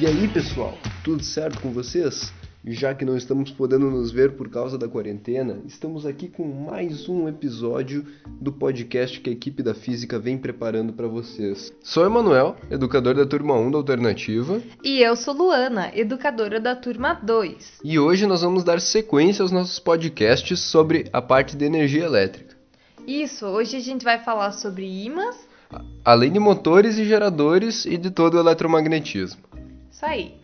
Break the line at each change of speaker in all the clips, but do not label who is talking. E aí, pessoal, tudo certo com vocês? Já que não estamos podendo nos ver por causa da quarentena, estamos aqui com mais um episódio do podcast que a equipe da física vem preparando para vocês. Sou Emanuel, educador da turma 1 da Alternativa,
E eu sou Luana, educadora da turma 2.
e hoje nós vamos dar sequência aos nossos podcasts sobre a parte de energia elétrica,
Isso, hoje a gente vai falar sobre ímãs.
além de motores e geradores e de todo o eletromagnetismo.
Isso aí.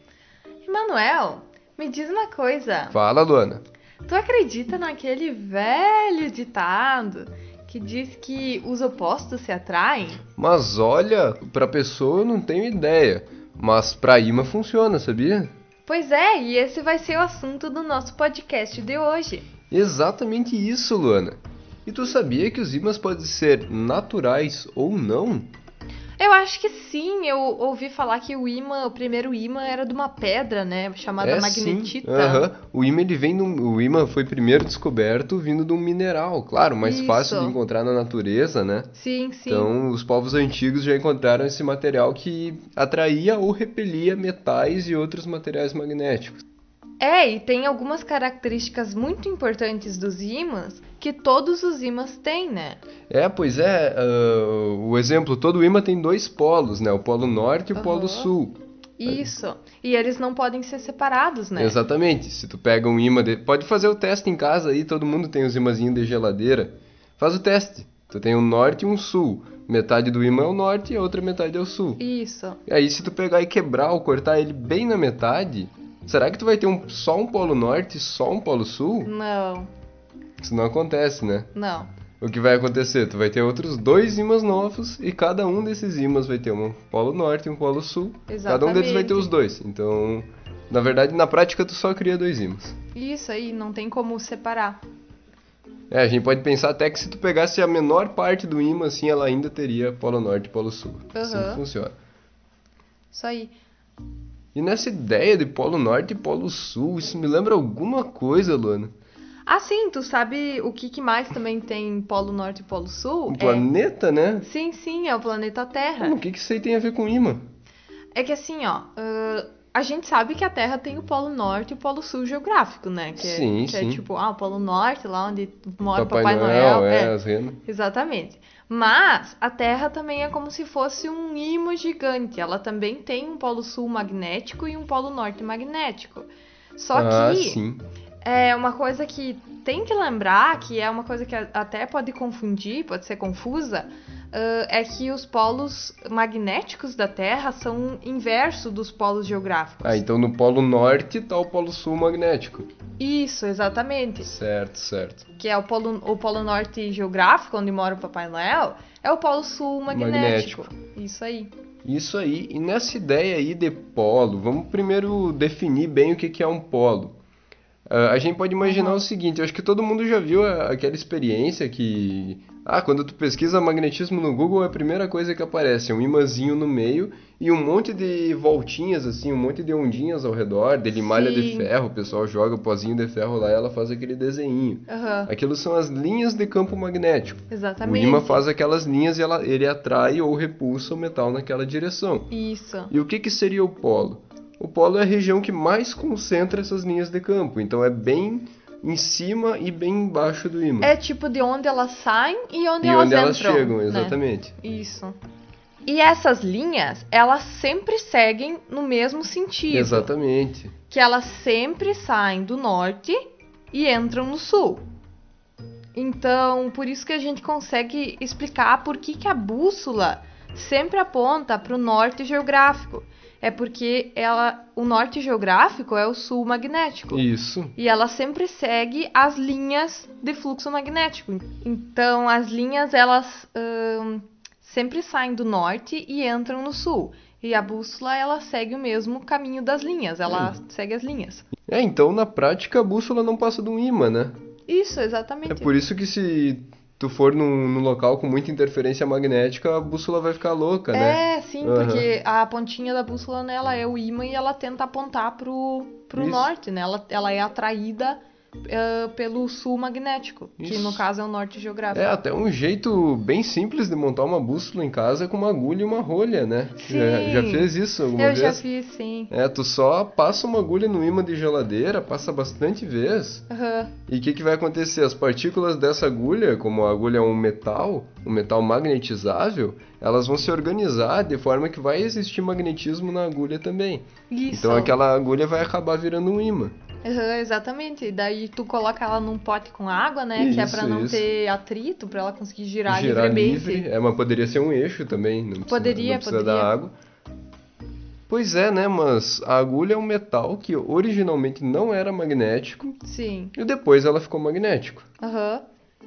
Emanuel, me diz uma coisa.
Fala, Luana.
Tu acredita naquele velho ditado que diz que os opostos se atraem?
Mas olha, pra pessoa eu não tenho ideia, mas pra imã funciona, sabia?
Pois é, e esse vai ser o assunto do nosso podcast de hoje.
Exatamente isso, Luana. E tu sabia que os ímãs podem ser naturais ou não?
Eu acho que sim, eu ouvi falar que o ímã, o primeiro ímã era de uma pedra, né? Chamada
É, Sim.
magnetita.
Aham. O ímã ele vem de um- o ímã foi primeiro descoberto vindo de um mineral, claro, mais
Isso.
fácil de encontrar na natureza, né?
Sim, sim.
Então, os povos antigos já encontraram esse material que atraía ou repelia metais e outros materiais magnéticos.
É, e tem algumas características muito importantes dos ímãs que todos os ímãs têm, né?
É, pois é, ah, o exemplo, todo ímã tem dois polos, né? O polo norte e o polo
Aham.
sul.
Isso. E eles não podem ser separados, né?
Exatamente. Se tu pega um imã de... Pode fazer o teste em casa aí, todo mundo tem os imãzinhos de geladeira. Faz o teste. Tu tem um norte e um sul. Metade do imã é o norte e a outra metade é o sul.
Isso.
E aí se tu pegar e quebrar ou cortar ele bem na metade, será que tu vai ter um- só um polo norte e só um polo sul?
Não,
Isso não acontece, né?
não.
O que vai acontecer? Tu vai ter outros dois ímãs novos e cada um desses ímãs vai ter um polo norte e um polo sul. Cada um deles vai ter
Exatamente.
os dois. Então, na verdade, na prática tu só cria dois ímãs.
Isso aí, não tem como separar.
É, a gente pode pensar até que se tu pegasse a menor parte do ímã, assim, ela ainda teria polo norte e polo sul. Assim que
Aham.
funciona.
Isso aí.
E nessa ideia de polo norte e polo sul, isso me lembra alguma coisa, Luana?
Ah, sim, tu sabe o que, que mais também tem Polo Norte e Polo Sul?
Um
É-
planeta, né?
Sim, sim, é o planeta
Hum,
Terra.
o que que isso aí tem a ver com ímã?
É que assim, ó, ãh, a gente sabe que a Terra tem o Polo Norte e o Polo Sul geográfico, né? Que é,
Sim,
que é
sim.
tipo, ah, o Polo Norte, lá onde mora o Papai, Noel.
é,
é.
as renas.
Exatamente. Mas a Terra também é como se fosse um ímã gigante. Ela também tem um polo sul magnético e um polo norte magnético. Só
ah,
que
sim.
é uma coisa que tem que lembrar, que é uma coisa que a- até pode confundir, pode ser confusa, ãh, é que os polos magnéticos da Terra são inverso dos polos geográficos.
Ah, então no polo norte tá o polo sul magnético.
Isso, exatamente.
Certo, certo.
que é o polo, o polo norte geográfico, onde mora o Papai Noel, é o polo sul magnético. Isso aí.
Isso aí, e nessa ideia aí de polo, vamos primeiro definir bem o que que é um polo. Ah, a gente pode imaginar
Uhum.
o seguinte, eu acho que todo mundo já viu a- aquela experiência que... Ah, quando tu pesquisa magnetismo no Google, é a primeira coisa que aparece, é um imãzinho no meio e um monte de voltinhas, assim, um monte de ondinhas ao redor, de limalha de
Sim.
ferro, o pessoal joga o pozinho de ferro lá e ela faz aquele desenho.
Aham,
Aquilo são as linhas de campo magnético. O
Exatamente.
imã faz aquelas linhas e ela- ele atrai ou repulsa o metal naquela direção.
Isso.
E o que, que seria o polo? O polo é a região que mais concentra essas linhas de campo, então é bem em cima e bem embaixo do ímã.
É tipo de onde elas saem e onde
e
elas
onde elas
entram.
chegam,
né?
exatamente.
Isso. E essas linhas, elas sempre seguem no mesmo sentido.
Exatamente.
Que elas sempre saem do norte e entram no sul. Então, por isso que a gente consegue explicar por que, que a bússola sempre aponta para o norte geográfico. É porque ela, o norte geográfico é o sul magnético.
Isso.
E ela sempre segue as linhas de fluxo magnético. Então, as linhas, elas ahn, sempre saem do norte e entram no sul. E a bússola, ela segue o mesmo caminho das linhas. Ela segue as linhas.
É, então na prática a bússola não passa de um ímã, né?
Isso,
É
exatamente.
por isso que se tu for num, num local com muita interferência magnética, a bússola vai ficar louca, né?
É, sim,
Aham.
porque a pontinha da bússola, né, ela é o ímã e ela tenta apontar pro, pro
Isso.
norte, né? Ela, ela é atraída ah, pelo sul magnético, que
Isso.
no caso é o norte geográfico.
É até um jeito bem simples de montar uma bússola em casa com uma agulha e uma rolha, né? Já,
Sim.
já fez isso alguma
Eu
vez?
já fiz, sim.
É, tu só passa uma agulha no imã de geladeira, passa bastante vez,
Aham.
e o que, que vai acontecer? As partículas dessa agulha, como a agulha é um metal, um metal magnetizável, elas vão se organizar de forma que vai existir magnetismo na agulha também.
Isso.
Então aquela agulha vai acabar virando um imã.
Aham, exatamente. E daí tu coloca ela num pote com água, né? que é pra
Isso,
não
isso.
ter atrito, pra ela conseguir girar,
Girar
livremente.
livre, é, mas poderia ser um eixo também, não precisa,
Poderia,
não precisa
poderia.
da água. Pois é, né? Mas a agulha é um metal que originalmente não era magnético
Sim.
e depois ela ficou magnético.
Aham.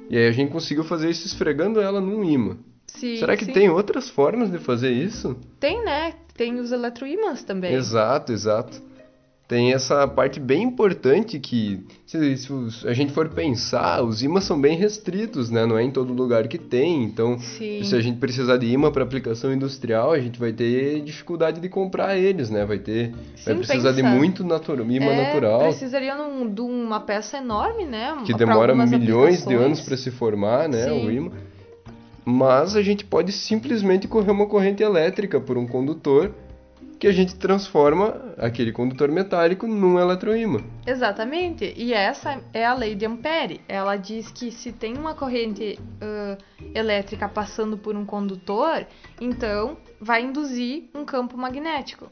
E aí a gente conseguiu fazer isso esfregando ela num imã.
Sim,
Será que
sim.
tem outras formas de fazer isso?
Tem, né? Tem os eletroímãs também.
Exato, exato. Tem essa parte bem importante que, se, se a gente for pensar, os ímãs são bem restritos, né? Não é em todo lugar que tem. Então,
Sim.
se a gente precisar de imã para aplicação industrial, a gente vai ter dificuldade de comprar eles, né? Vai ter, vai
Sim,
precisar de
pensa.
muito natu imã
é,
natural
Precisaria num- de uma peça enorme, né?
que
pra
demora
algumas
milhões de anos para
aplicações.
se formar, né, o
Sim.
ímã. Mas a gente pode simplesmente correr uma corrente elétrica por um condutor que a gente transforma aquele condutor metálico num eletroímã.
Exatamente. E essa é a lei de Ampere. Ela diz que se tem uma corrente ãh, elétrica passando por um condutor, então vai induzir um campo magnético.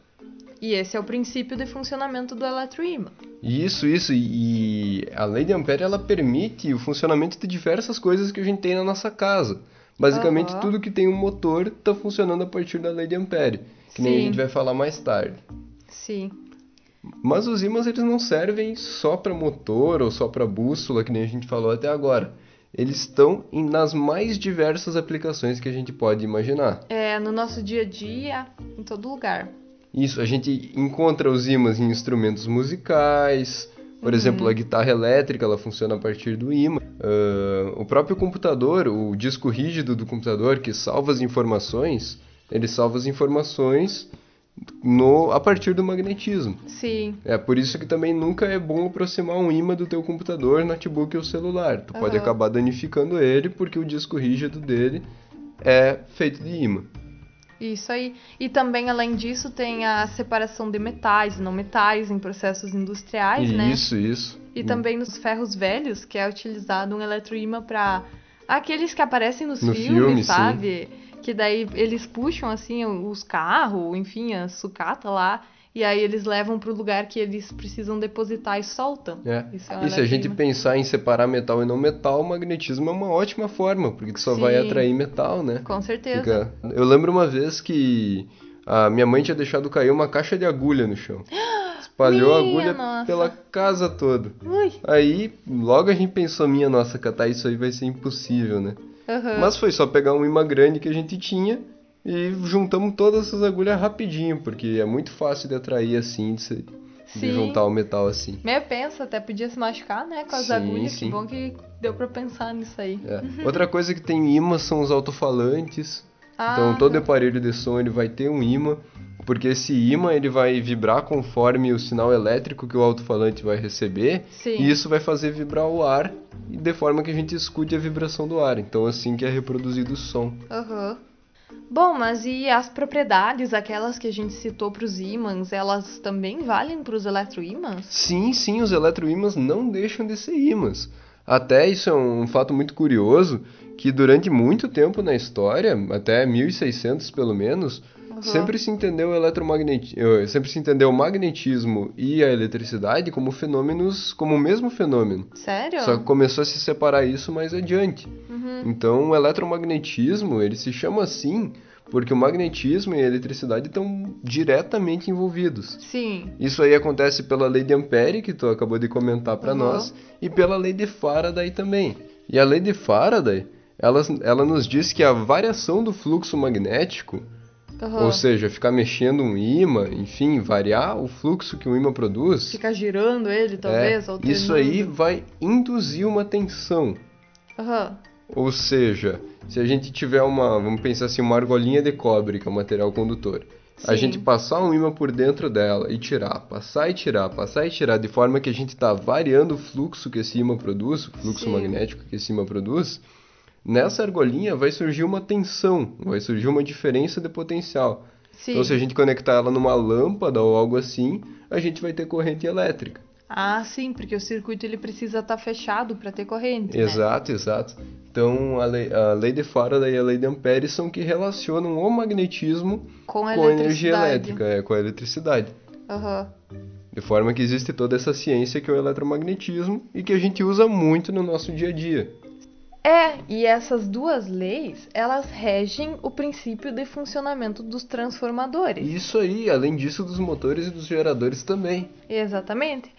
E esse é o princípio de funcionamento do eletroímã.
Isso, isso. E a lei de Ampere ela permite o funcionamento de diversas coisas que a gente tem na nossa casa. Basicamente,
Aham.
tudo que tem um motor está funcionando a partir da lei de Ampere, que nem a
Sim.
gente vai falar mais tarde.
Sim.
Mas os ímãs eles não servem só para motor ou só para bússola, que nem a gente falou até agora. Eles estão em- nas mais diversas aplicações que a gente pode imaginar.
É no nosso dia a dia, em todo lugar.
Isso, a gente encontra os ímãs em instrumentos musicais, por
Uhum.
exemplo, a guitarra elétrica ela funciona a partir do ímã. Ah, o próprio computador, o disco rígido do computador que salva as informações, ele salva as informações no, a partir do magnetismo.
Sim.
É por isso que também nunca é bom aproximar um ímã do teu computador, notebook ou celular. Tu pode
Aham.
acabar danificando ele porque o disco rígido dele é feito de ímã.
Isso aí. E também, além disso, tem a separação de metais e não metais em processos industriais, né?
isso, isso.
E também nos ferros velhos, que é utilizado um eletroímã para aqueles que aparecem nos
No
filmes,
filme,
sabe? Que daí eles puxam assim os carros, enfim, a sucata lá, e aí eles levam pro lugar que eles precisam depositar e soltam.
É.
Isso é um
E se a gente
eletroímã.
pensar em separar metal e não metal, o magnetismo é uma ótima forma, porque tu só vai
Sim.
atrair metal, né?
Com certeza.
Fica- Eu lembro uma vez que a minha mãe tinha deixado cair uma caixa de agulha no chão. Espalhou a
Minha
agulha
nossa.
pela casa toda.
Ui.
Aí, logo a gente pensou, minha nossa, catar isso aí vai ser impossível, né?
aham.
Mas foi só pegar um imã grande que a gente tinha e juntamos todas essas agulhas rapidinho, porque é muito fácil de atrair assim, de, se- de
Sim.
juntar o metal assim.
Meio pensa, até podia se machucar, né? Com as
Sim,
agulhas.
sim.
Que bom que deu pra pensar nisso aí.
É. Outra coisa que tem imã são os alto-falantes.
Ah,
Então todo
tá.
aparelho de som ele vai ter um imã, porque esse imã ele vai vibrar conforme o sinal elétrico que o alto-falante vai receber,
Sim.
e isso vai fazer vibrar o ar e de forma que a gente escute a vibração do ar. Então assim que é reproduzido o som.
Aham. Bom, mas e as propriedades, aquelas que a gente citou para os ímãs, elas também valem para os eletroímãs?
Sim, sim, os eletroímãs não deixam de ser ímãs. Até isso é um fato muito curioso, que durante muito tempo na história, até 1600 pelo menos,
Aham.
sempre se entendeu o eletromagneti- eh, sempre se entendeu o magnetismo e a eletricidade como fenômenos, como o mesmo fenômeno.
Sério?
Só que começou a se separar isso mais adiante.
Uhum.
Então, o eletromagnetismo, ele se chama assim porque o magnetismo e a eletricidade estão diretamente envolvidos.
Sim.
Isso aí acontece pela lei de Ampere, que tu acabou de comentar para
Uhum.
nós, e pela lei de Faraday também. E a lei de Faraday, ela, ela nos diz que a variação do fluxo magnético,
Aham.
ou seja, ficar mexendo um ímã, enfim, variar o fluxo que o ímã produz,
Fica girando ele, talvez,
é,
alternando.
isso aí vai induzir uma tensão.
Aham.
Ou seja, se a gente tiver uma, vamos pensar assim, uma argolinha de cobre, que é o material condutor, a
Sim.
gente passar um ímã por dentro dela e tirar, passar e tirar, passar e tirar, de forma que a gente está variando o fluxo que esse ímã produz, o fluxo
Sim.
magnético que esse ímã produz, nessa argolinha vai surgir uma tensão, vai surgir uma diferença de potencial.
Sim.
Então, se a gente conectar ela numa lâmpada ou algo assim, a gente vai ter corrente elétrica.
Ah, sim, porque o circuito ele precisa estar fechado para ter corrente. né?
Exato, exato. Então, a lei, a lei de Faraday e a lei de Ampere são que relacionam o magnetismo
Com a
com a energia
eletricidade.
elétrica, é, com a eletricidade.
Aham.
De forma que existe toda essa ciência que é o eletromagnetismo e que a gente usa muito no nosso dia a dia.
É, e essas duas leis, elas regem o princípio de funcionamento dos transformadores.
E isso aí, além disso, dos motores e dos geradores também.
Exatamente.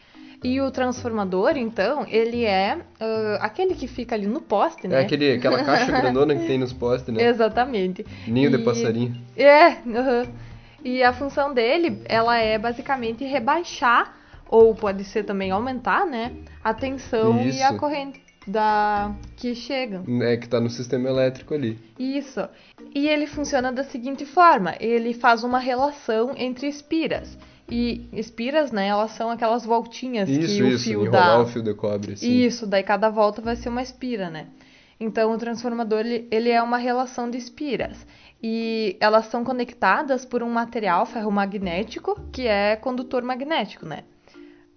E o transformador, então, ele é ah, aquele que fica ali no poste, né?
É aquele, aquela caixa grandona que tem nos postes, né?
Exatamente.
Ninho de
E-
passarinho.
É, aham. e a função dele, ela é basicamente rebaixar, ou pode ser também aumentar, né? A tensão e a
Isso.
corrente da que chegam.
É que tá no sistema elétrico ali.
Isso. E ele funciona da seguinte forma: ele faz uma relação entre espiras. E espiras, né? Elas são aquelas voltinhas
Isso,
que o
isso,
fio
enrolar
dá.
o fio de cobre, assim.
Isso, daí cada volta vai ser uma espira, né? Então o transformador ele, ele é uma relação de espiras. E elas são conectadas por um material ferromagnético que é condutor magnético, né?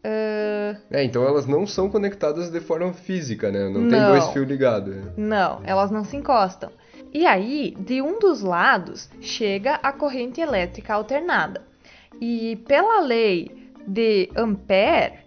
Ahn,
É, então elas não são conectadas de forma física, né? Não, tem
Não.
dois fios ligados. né?
não, elas não se encostam. E aí, de um dos lados, chega a corrente elétrica alternada. E pela lei de Ampère,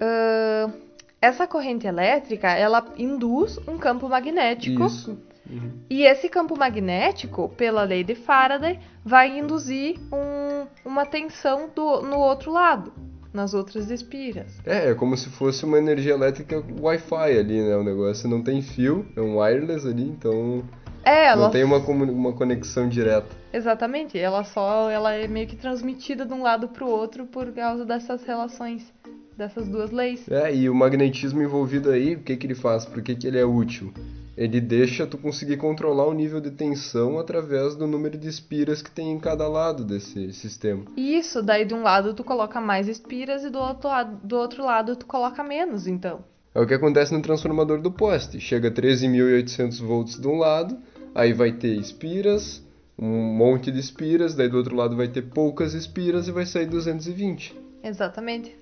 ahn, essa corrente elétrica ela induz um campo magnético.
Isso. Uhum.
E esse campo magnético, pela lei de Faraday, vai induzir um- uma tensão do- no outro lado, nas outras espiras.
É, é como se fosse uma energia elétrica Wi-Fi ali, né? O negócio não tem fio, é um wireless ali, então
É, ela,
não tem um uma, comuni- uma conexão direta.
exatamente, ela só ela é meio que transmitida de um lado para o outro por causa dessas relações, dessas duas leis.
É, e o magnetismo envolvido aí, o que que ele faz? Por que que ele é útil? Ele deixa tu conseguir controlar o nível de tensão através do número de espiras que tem em cada lado desse sistema.
E Isso, daí de um lado tu coloca mais espiras e do outro lado, do outro lado tu coloca menos, então.
É o que acontece no transformador do poste. Chega a 13.800 volts de um lado, aí vai ter espiras, um monte de espiras, daí do outro lado vai ter poucas espiras e vai sair 220.
Exatamente.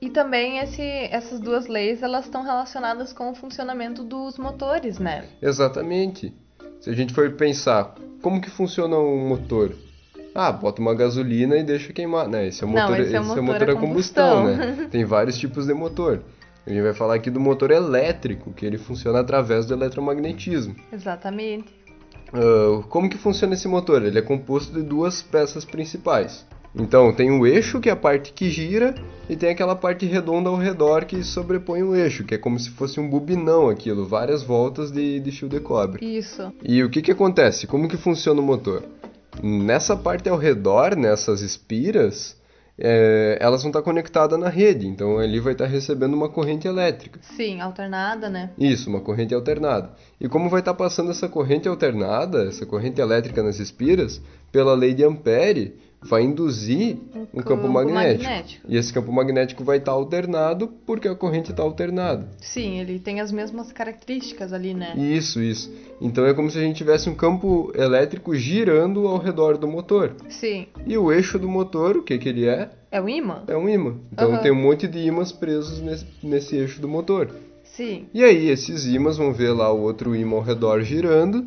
E também esse, essas duas leis elas estão relacionadas com o funcionamento dos motores, né?
Exatamente. Se a gente for pensar, como que funciona um motor? Ah, bota uma gasolina e deixa queimar. Não, esse é o
Não,
motor,
esse é o motor a combustão.
né? Tem vários tipos de motor. A gente vai falar aqui do motor elétrico, que ele funciona através do eletromagnetismo.
Exatamente.
Ah, como que funciona esse motor? Ele é composto de duas peças principais. Então, tem o eixo, que é a parte que gira, e tem aquela parte redonda ao redor que sobrepõe o eixo, que é como se fosse um bobinão aquilo, várias voltas de, de fio de cobre.
Isso.
E o que, que acontece? Como que funciona o motor? Nessa parte ao redor, nessas espiras, eh, elas vão estar conectadas na rede, então ali vai estar recebendo uma corrente elétrica.
Sim, alternada, né?
Isso, uma corrente alternada. E como vai estar passando essa corrente alternada, essa corrente elétrica nas espiras, pela lei de Ampere, vai induzir um, campo, magnético. E esse campo magnético vai estar alternado porque a corrente está alternada.
Sim, ele tem as mesmas características ali, né?
Isso, isso. Então é como se a gente tivesse um campo elétrico girando ao redor do motor.
Sim.
E o eixo do motor, o que, que ele é?
É o ímã?
É um ímã. Então
Aham.
tem um monte de ímãs presos nesse- nesse eixo do motor.
Sim.
E aí, esses ímãs vão ver lá o outro ímã ao redor girando.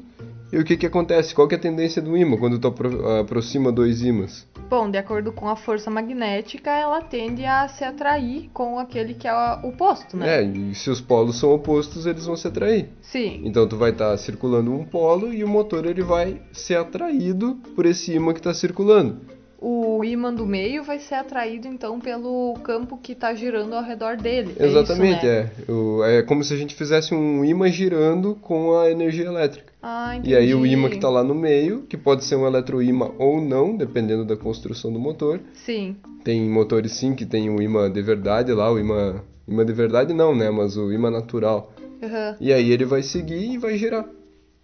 E o que que acontece? Qual que é a tendência do ímã quando tu apro- aproxima dois ímãs?
Bom, de acordo com a força magnética, ela tende a se atrair com aquele que é o oposto, né?
É, e se os polos são opostos, eles vão se atrair.
Sim.
Então tu vai estar circulando um polo e o motor ele vai ser atraído por esse ímã que está circulando.
O ímã do meio vai ser atraído então pelo campo que tá girando ao redor dele.
Exatamente,
é. Isso, né?
é. O- é como se a gente fizesse um ímã girando com a energia elétrica.
Ah,
E aí o
entendi.
ímã que tá está lá no meio, que pode ser um eletroímã ou não, dependendo da construção do motor,
Sim.
Tem motores sim que tem o imã de verdade lá, o imã. Imã de verdade não, né? Mas o imã natural.
Aham.
e aí ele vai seguir e vai girar.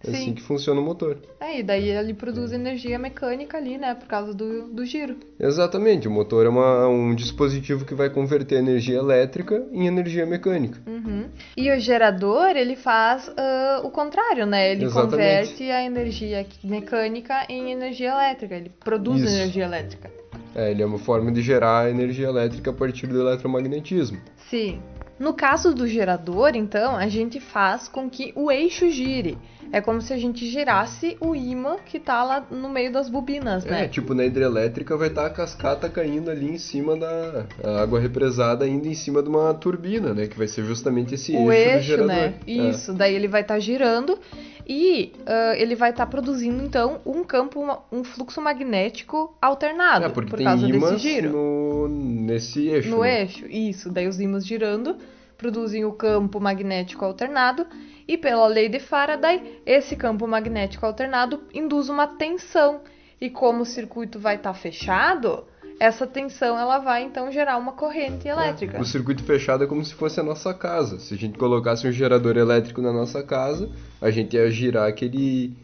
É
Sim.
assim que funciona o motor.
É, e daí ele produz energia mecânica ali, né? Por causa do, do giro.
Exatamente, o motor é uma- um dispositivo que vai converter a energia elétrica em energia mecânica.
Uhum. E o gerador, ele faz ah, o contrário, né? Ele
Exatamente.
converte a energia mecânica em energia elétrica. Ele produz
Isso.
energia elétrica.
É, ele é uma forma de gerar energia elétrica a partir do eletromagnetismo.
Sim. No caso do gerador, então, a gente faz com que o eixo gire. É como se a gente girasse o ímã que tá lá no meio das bobinas,
É,
né?
tipo, na hidrelétrica vai estar a cascata caindo ali em cima da a água represada, ainda em cima de uma turbina, né? Que vai ser justamente esse eixo, do
o eixo,
gerador.
né?
É.
Isso, daí ele vai estar girando e ah, ele vai estar produzindo, então, um campo, uma- um fluxo magnético alternado
É, porque
por
tem
causa desse
ímãs
giro.
no, nesse eixo.
No
né?
eixo, isso. Daí os ímãs girando produzem o campo magnético alternado e pela lei de Faraday, esse campo magnético alternado induz uma tensão. E como o circuito vai estar fechado, essa tensão ela vai então gerar uma corrente elétrica.
O circuito fechado é como se fosse a nossa casa. Se a gente colocasse um gerador elétrico na nossa casa, a gente ia girar aquele,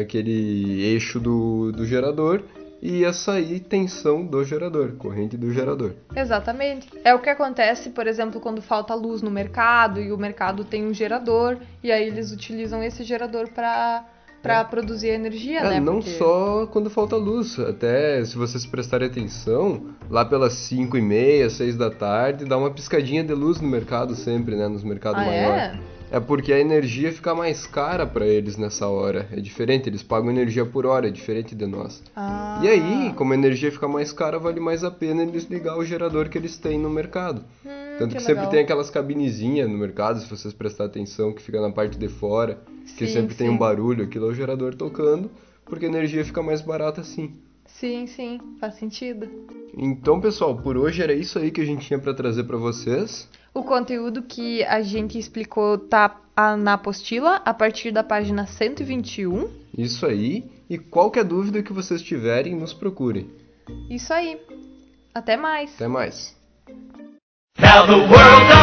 aquele eixo do, do gerador e ia sair tensão do gerador, corrente do gerador.
Exatamente. É o que acontece, por exemplo, quando falta luz no mercado e o mercado tem um gerador e aí eles utilizam esse gerador para para produzir energia,
É,
né?
não
Porque-
só quando falta luz, até se vocês prestarem atenção, lá pelas 5 e meia, 6 da tarde, dá uma piscadinha de luz no mercado sempre, né? Nos mercados
ah,
maiores.
é?
É porque a energia fica mais cara pra eles nessa hora. É diferente, eles pagam energia por hora, é diferente de nós.
Ah.
E aí, como a energia fica mais cara, vale mais a pena eles ligar o gerador que eles têm no mercado.
Hum,
Tanto que,
que
sempre
legal.
tem aquelas cabinezinhas no mercado, se vocês prestar atenção, que fica na parte de fora, que
Sim,
sempre tem
sim.
um barulho, aquilo é o gerador tocando, porque a energia fica mais barata assim.
Sim, sim, faz sentido.
Então, pessoal, por hoje era isso aí que a gente tinha pra trazer pra vocês.
O conteúdo que a gente explicou tá ah, na apostila a partir da página 121.
Isso aí. E qualquer dúvida que vocês tiverem, nos procurem.
Isso aí. Até mais.
Até mais.
Now the world's a